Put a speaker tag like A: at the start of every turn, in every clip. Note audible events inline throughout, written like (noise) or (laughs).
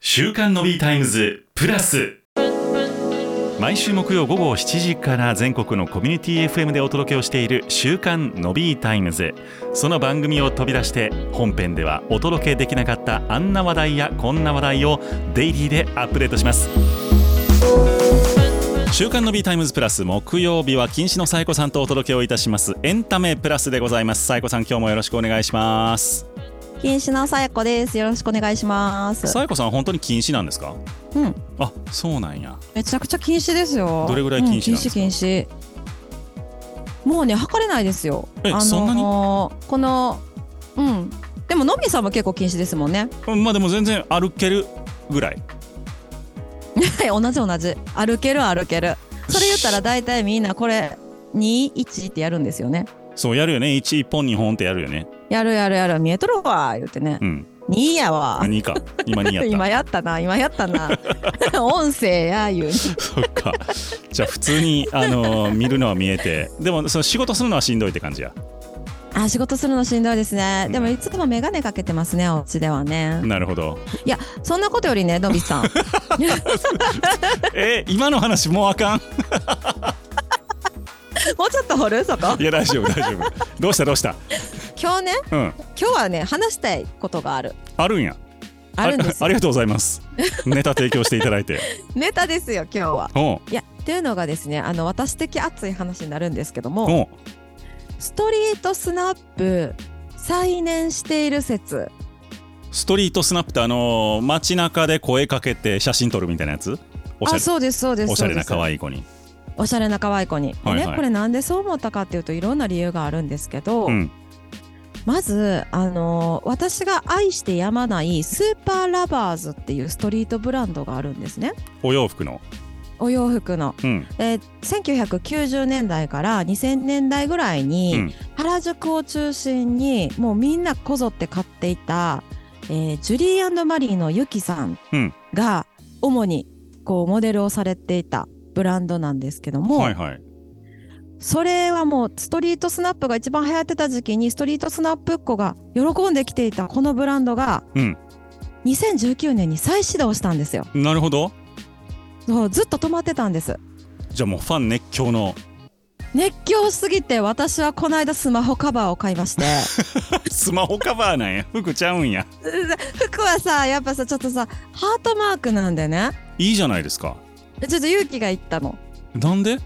A: 週刊のビータイムズプラス毎週木曜午後7時から全国のコミュニティ FM でお届けをしている週刊のビータイムズその番組を飛び出して本編ではお届けできなかったあんな話題やこんな話題をデイリーでアップデートします週刊の B タイムズプラス木曜日は禁止のサイコさんとお届けをいたしますエンタメプラスでございますサイコさん今日もよろしくお願いします
B: 禁止のさやこです。よろしくお願いします。
A: サイコさん本当に禁止なんですか
B: うん、
A: あそうなんや
B: めちゃくちゃ禁止ですよ。
A: どれぐらい禁止なんですか
B: うん禁止禁止。もうね測れないですよ。
A: えそんなに
B: このうん。でものみさんも結構禁止ですもんね。 (laughs)
A: まあでも全然歩けるぐらい
B: はい同じ同じ。歩ける歩ける。それ言ったら大体みんなこれ21ってやるんですよね。
A: そうやるよね1一本2本ってやるよね
B: やるやるやる見えとるわ言ってね
A: う。ん
B: 2やわ。
A: 2か今2やっ
B: (laughs) 今やったな今やっ
A: (laughs)
B: たな音声や言うに
A: た (laughs) そっかじゃあ普通にあのー見るのは見えてでもその仕事するのはしんどいって感じや
B: あ仕事するのしんどいですね、
A: うん
B: でもいつも眼鏡かけてますねお家ではね
A: なるほど
B: いやそんなことよりねの
A: (laughs)
B: びさん
A: え今の話もうあかん
B: もうちょっと掘るそこ
A: いや大丈夫大丈夫どうしたどうした
B: 今日ね
A: うん
B: 今日はね話したいことがある
A: あるんや
B: あるんです
A: ああ
B: よ
A: りがとうございますネタ提供していただいて
B: ネタですよ今日は
A: おう
B: いやっていうのがですねあの私的熱い話になるんですけども
A: おう
B: ストリートスナップ再燃している説
A: ストリートスナップってあのー街中で声かけて写真撮るみたいなやつおしゃ
B: あ
A: れ
B: そうですそうです
A: おしゃれな可
B: そうです
A: 愛い子に
B: おしゃれな可愛い子に、で
A: はいはい
B: ねこれなんでそう思ったかっていうといろんな理由があるんですけど、
A: うん
B: まず、あのー私が愛してやまないスーパーラバーズっていうストリートブランドがあるんですね
A: お洋服の
B: お洋服の、
A: うん
B: えー1990年代から2000年代ぐらいに、
A: うん
B: 原宿を中心にもうみんなこぞって買っていた、えージュリーマリーのユキさん
A: うん
B: が主にこうモデルをされていたブランドなんですけども、
A: はいはい
B: それはもうストリートスナップが一番流行ってた時期にストリートスナップっ子が喜んできていたこのブランドが
A: うん
B: 2019年に再始動したんですよ。
A: なるほど
B: そうずっと止まってたんです。
A: じゃあもうファン熱狂の
B: 熱狂すぎて私はこの間スマホカバーを買いまして (laughs)
A: スマホカバーなんや服ちゃうんや
B: 服はさやっぱさちょっとさハートマークなんでね
A: いいじゃないですか
B: ちょっと勇気がいったの
A: なんで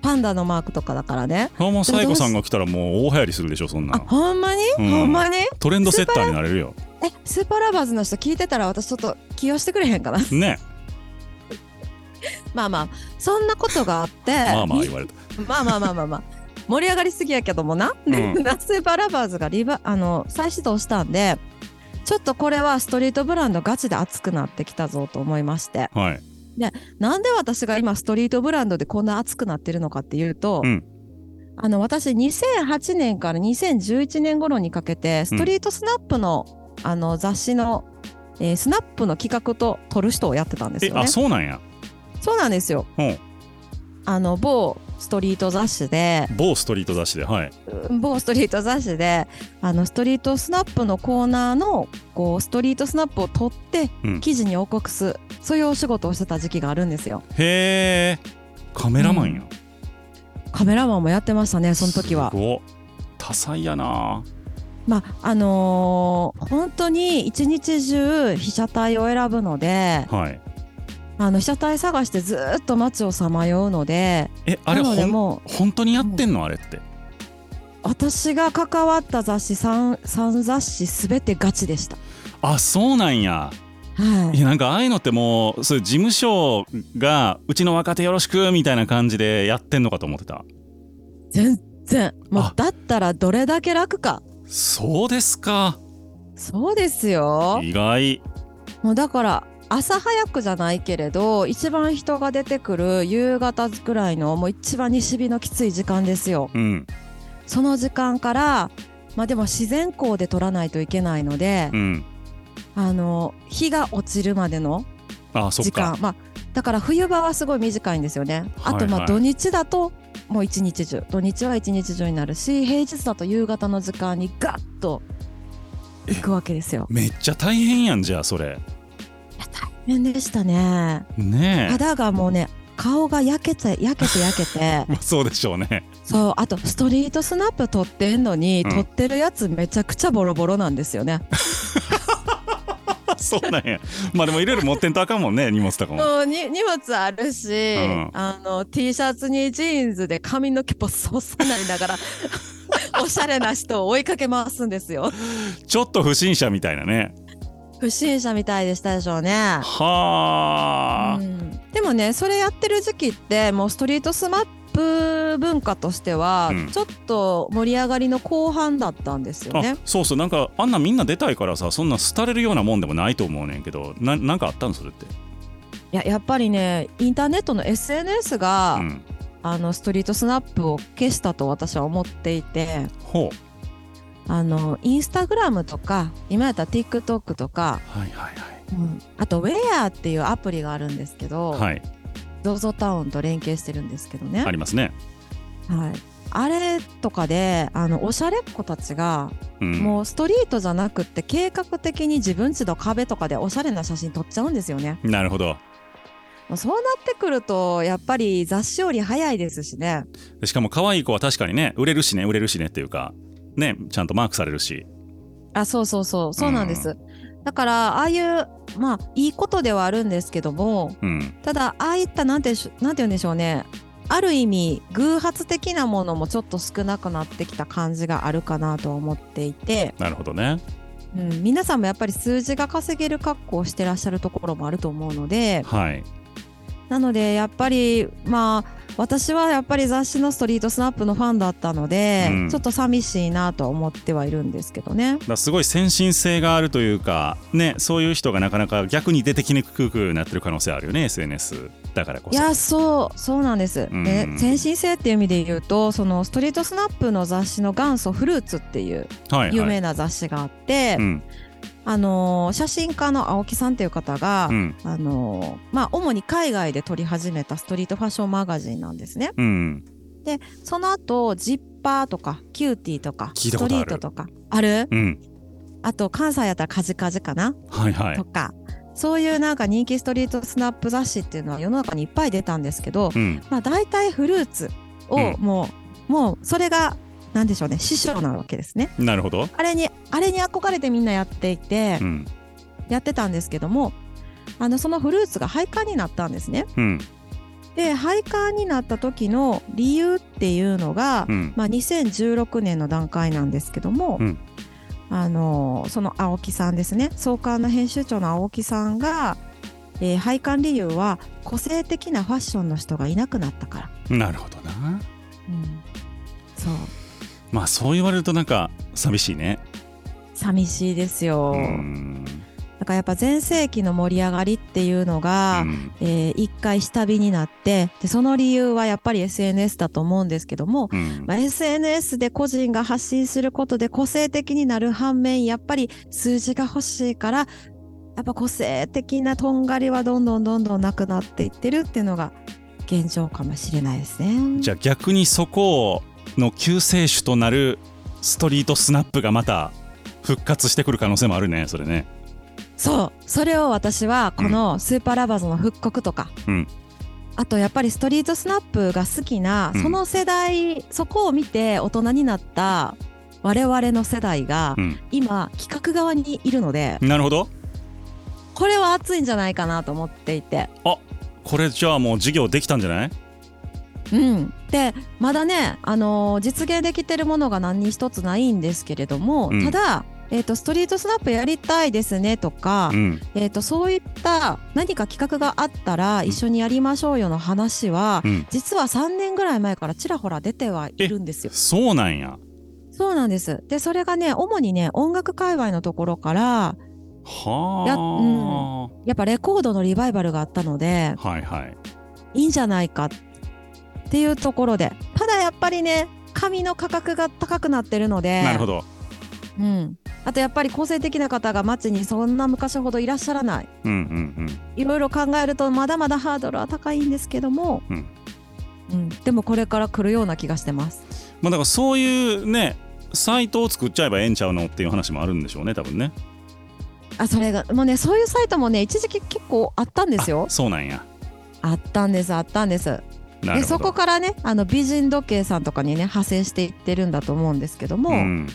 B: パンダのマークとかだからね
A: あもうサイコさんが来たらもう大流行りするでしょそんな
B: あ
A: の
B: ほんまに、
A: うん
B: ほんまに
A: トレンドセッターになれるよ
B: えスーパーラバーズの人聞いてたら私ちょっと起用してくれへんかな (laughs)
A: ね
B: まあまあそんなことがあって
A: まあまあ言われた
B: まあまあまあまあまあ。盛り上がりすぎやけどもな。
A: うん
B: でナスーパーラバーズがリバあの再始動したんで、ちょっとこれはストリートブランドガチで熱くなってきたぞと思いまして。
A: はい
B: なんで私が今ストリートブランドでこんな熱くなってるのかっていうと、
A: うん
B: あの私2008年から2011年頃にかけてストリートスナップの,、あの雑誌の、えースナップの企画と撮る人をやってたんです
A: え
B: よね
A: あ。そうなんや
B: そうなんですよ。
A: うん
B: あの某ストリート雑誌で
A: 某ストリート雑誌ではい
B: 某ストリート雑誌であのストリートスナップのコーナーのこうストリートスナップを取って
A: うん
B: 記事に報告す、そういうお仕事をしてた時期があるんですよ
A: へえカメラマンや、
B: カメラマンもやってましたねその時は
A: すごっ多彩やな
B: まああのー本当に一日中被写体を選ぶので
A: はい
B: あの被写体探してずーっと街をさまようので
A: えあれ
B: なので
A: ほん
B: もう
A: 本当にやってんのあれって
B: 私が関わった雑誌 3, 3雑誌すべてガチでした
A: あそうなんや
B: はい
A: いやなんかああいうのってもうそういう事務所がうちの若手よろしくみたいな感じでやってんのかと思ってた
B: 全然もう
A: あ
B: だったらどれだけ楽か
A: そうですか
B: そうですよ。
A: 意外
B: もうだから朝早くじゃないけれど一番人が出てくる夕方ぐらいのもう一番西日のきつい時間ですよ。
A: うん
B: その時間からまあでも自然光で撮らないといけないので
A: う、ん
B: あの日が落ちるまでの
A: あそっ
B: 時
A: か
B: 間まあだから冬場はすごい短いんですよね。
A: はい
B: あとま
A: は
B: あ
A: い
B: 土日だともう一日中土日は一日中になるし平日だと夕方の時間にガッと行くわけですよ。
A: めっちゃ大変やんじゃあそれ
B: いや大変でしたね。
A: ねえ
B: 肌がもうね顔が焼けて焼けて焼けて
A: まあそうでしょうね (laughs)
B: そうあとストリートスナップ撮ってんのに、
A: うん
B: 撮ってるやつめちゃくちゃボロボロなんですよね。
A: あそうなんやまあでもいろいろ持ってんとあかんもんね荷物とかも
B: もうに荷物あるし、
A: ん
B: あの T シャツにジーンズで髪の毛ボッサボサにな
A: (laughs)
B: りながらおしゃれな人を追いかけ回すんですよ。
A: ちょっと不審者みたいなね
B: 不審者みたいでしたでしょうね。
A: はあ、
B: うんでもねそれやってる時期ってもうストリートスマップ文化としては、
A: うん
B: ちょっと盛り上がりの後半だったんですよ
A: あ。
B: ね
A: そうそうなんかあんなみんな出たいからさそんな廃れるようなもんでもないと思うねんけどななんかあったんそれって、
B: いややっぱりねインターネットの SNS が、
A: うん、
B: あのストリートスナップを消したと私は思っていて
A: ほう
B: あのインスタグラムとか今やったら TikTok とか、
A: はいはい
B: あとウェアっていうアプリがあるんですけど、
A: はいはい
B: ゾゾタウンと連携してるんですけどね、
A: ありますね、
B: はい、あれとかであのおしゃれっ子たちが
A: うん、
B: もうストリートじゃなくって計画的に自分家の壁とかでおしゃれな写真撮っちゃうんですよね。
A: なるほど
B: もうそうなってくるとやっぱり雑誌より早いですしね。
A: しかも可愛い子は確かにね売れるしね売れるしねっていうかねちゃんとマークされるし
B: あそうそうそうそうなんです。だからああいうまあいいことではあるんですけども
A: うん
B: ただああいったなんてしなんて言うんでしょうねある意味偶発的なものもちょっと少なくなってきた感じがあるかなとは思っていて、
A: なるほどね
B: うん、皆さんもやっぱり数字が稼げる格好をしてらっしゃるところもあると思うので、
A: はい
B: なのでやっぱりまあ私はやっぱり雑誌のストリートスナップのファンだったので、
A: うん
B: ちょっと寂しいなとは思ってはいるんですけどね
A: だ。からすごい先進性があるというかねそういう人がなかなか逆に出てきにくくなってる可能性あるよね SNS だからこ
B: い
A: そ
B: やそうそうなんです、
A: うん
B: で先進性っていう意味で言うとそのストリートスナップの雑誌の元祖フルーツっていう
A: はいはい
B: 有名な雑誌があって、
A: うん
B: あのー写真家の青木さんっていう方が、
A: うん
B: あのーまあ主に海外で撮り始めたストリートファッションマガジンなんですね。
A: うん
B: その後ジッパーとかキューティーとか
A: 聞い
B: ス
A: たこ
B: ト
A: と
B: リ
A: ある
B: ートとかある
A: うん
B: あと関西やったらカジカジかな、
A: はいはい
B: とかそういうなんか人気ストリートスナップ雑誌っていうのは世の中にいっぱい出たんですけど、
A: うん
B: まあ、大体フルーツ
A: うん
B: をもう、もうそれがなんでしょうね師匠なわけですね。
A: なるほど
B: あれにあれに憧れてみんなやっていて、
A: うん
B: やってたんですけどもあのそのフルーツが廃刊になったんですね。
A: うん
B: で廃刊になった時の理由っていうのが、
A: うん
B: まあ、2016年の段階なんですけども、
A: うん
B: あのその青木さんですね創刊の編集長の青木さんが、えー廃刊理由は個性的なファッションの人がいなくなったから、
A: なるほどな
B: うん、そう
A: まあそう言われるとなんか寂しいね
B: 寂しいですよ、
A: うん
B: だからやっぱ全盛期の盛り上がりっていうのが、
A: うん
B: えー一回下火になってでその理由はやっぱり SNS だと思うんですけども、
A: うん
B: まあ、SNS で個人が発信することで個性的になる反面やっぱり数字が欲しいからやっぱ個性的なとんがりはどんどんどんどんなくなっていってるっていうのが現状かもしれないですね。
A: じゃあ逆にそこの救世主となるストリートスナップがまた復活してくる可能性もあるねそれね
B: そうそれを私はこの「スーパーラバーズ」の復刻とか、
A: うん
B: あとやっぱりストリートスナップが好きな、
A: うん
B: その世代そこを見て大人になった我々の世代が、
A: うん
B: 今企画側にいるので。
A: なるほど
B: これは熱いんじゃないかなと思っていて。
A: これじゃあもう授業できたんじゃない
B: うん、でまだね、あのー実現できてるものが何一つないんですけれども、
A: うん
B: ただ、えーと「ストリートスナップやりたいですね」とか、
A: うん
B: えー、とそういった何か企画があったら一緒にやりましょうよの話は、
A: うん
B: 実は3年ぐらい前からちらほら出てはいるんですよ。
A: そうなんや
B: そうなんですでそれがね主にね音楽界隈のところからや
A: は
B: うやっぱレコードのリバイバルがあったので
A: あはいはい
B: いいんじゃないかっていうところでただやっぱりね紙の価格が高くなってるので
A: なるほど
B: うん、あとやっぱり個性的な方が街にそんな昔ほどいらっしゃらない
A: うんうん
B: いろいろ考えるとまだまだハードルは高いんですけども、
A: うん
B: うんでもこれから来るような気がしてます
A: うんまあだからそういうねサイトを作っちゃえばええんちゃうのっていう話もあるんでしょうね多分ね
B: あそれがもうねそういうサイトもね一時期結構あったんですよ
A: あそうなんや
B: あったんですあったんです
A: なる
B: で
A: ほど
B: そこからねあの美人時計さんとかにね派生していってるんだと思うんですけども、
A: うん、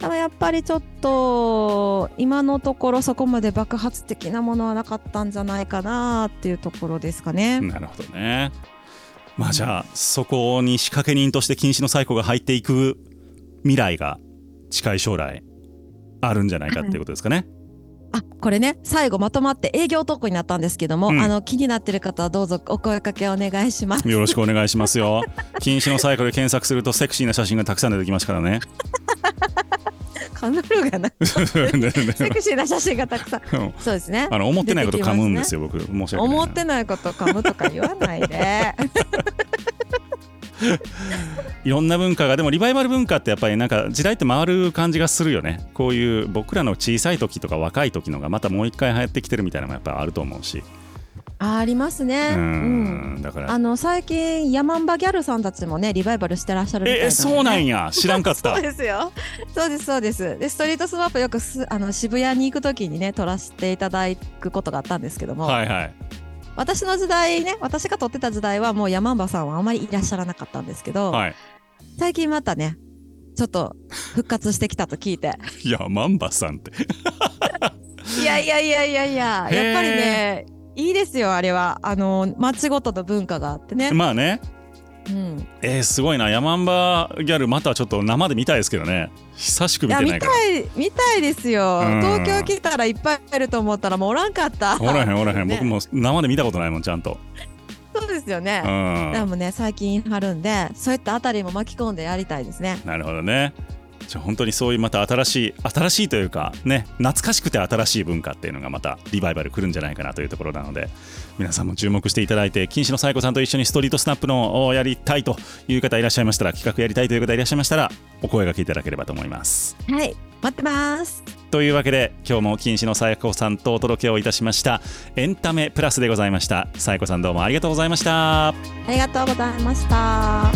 B: ただやっぱりちょっと今のところそこまで爆発的なものはなかったんじゃないかなっていうところですかね。
A: (laughs) なるほどねまあじゃあそこに仕掛け人として禁止の最古が入っていく未来が近い将来あるんじゃないかっていうことですか
B: (laughs)
A: ね、
B: あこれね最後まとまって営業トークになったんですけども、
A: うん
B: あの気になってる方はどうぞお声かけお願いし
A: (laughs)
B: ます。
A: よろしくお願いしますよ禁止の最古で検索するとセクシーな写真がたくさん出てきますからね
B: カヌーがな (laughs) セクシーな写真がたくさん。
A: うん
B: そうですね。
A: (laughs) あの思ってないこと噛むんですよ、僕申し訳ないな
B: 思ってないこと噛むとか言わな
A: (laughs)
B: いで。
A: いろんな文化がでもリバイバル文化ってやっぱりなんか時代って回る感じがするよねこういう僕らの小さい時とか若い時のがまたもう一回流行ってきてるみたいなのもやっぱあると思うし
B: ああります
A: う
B: ね。
A: ー
B: うん
A: んだから
B: あの最近ヤマンバギャルさんたちもねリバイバルしてらっしゃるみたいな、
A: え
B: ね、
A: ーそうなん
B: や (laughs)
A: や知らんかった
B: そうですよそうですそうですでストリートスワップよくすあの渋谷に行く時にね撮らせていただくことがあったんですけども、
A: はいはい
B: 私の時代ね私が撮ってた時代はもうヤマンバさんはあまりいらっしゃらなかったんですけど、
A: はい
B: 最近またねちょっと復活してきたと聞いて
A: いやマンバさんって
B: (laughs) いやいやいやいやいや
A: へー
B: やっぱりねいいですよあれはあの街ごとの文化があってね、
A: まあね
B: うん
A: えー、すごいなヤマンバギャルまたちょっと生で見たいですけどね久しく
B: い
A: 見
B: や
A: て
B: 見
A: ない
B: た
A: から
B: い見たいですよ、
A: うん
B: 東京来たらいっぱいいると思ったらもうおらんかった
A: おらへんおらへん、
B: ね
A: 僕も生で見たことないもんちゃんと
B: そうですよ
A: う
B: ね、
A: ん
B: でもね最近貼るんでそういったあたりも巻き込んでやりたいですね
A: なるほどね。じゃあ本当にそういうまた新しい新しいというかね懐かしくて新しい文化っていうのがまたリバイバル来るんじゃないかなというところなので皆さんも注目していただいて金子の最古さんと一緒にストリートスナップのをやりたいという方いらっしゃいましたら企画やりたいという方いらっしゃいましたらお声がけいただければと思います。
B: はい待ってます
A: というわけで今日も金子の最古さんとお届けをいたしましたエンタメプラスでございました最古さんどうもありがとうございました。
B: ありがとうございました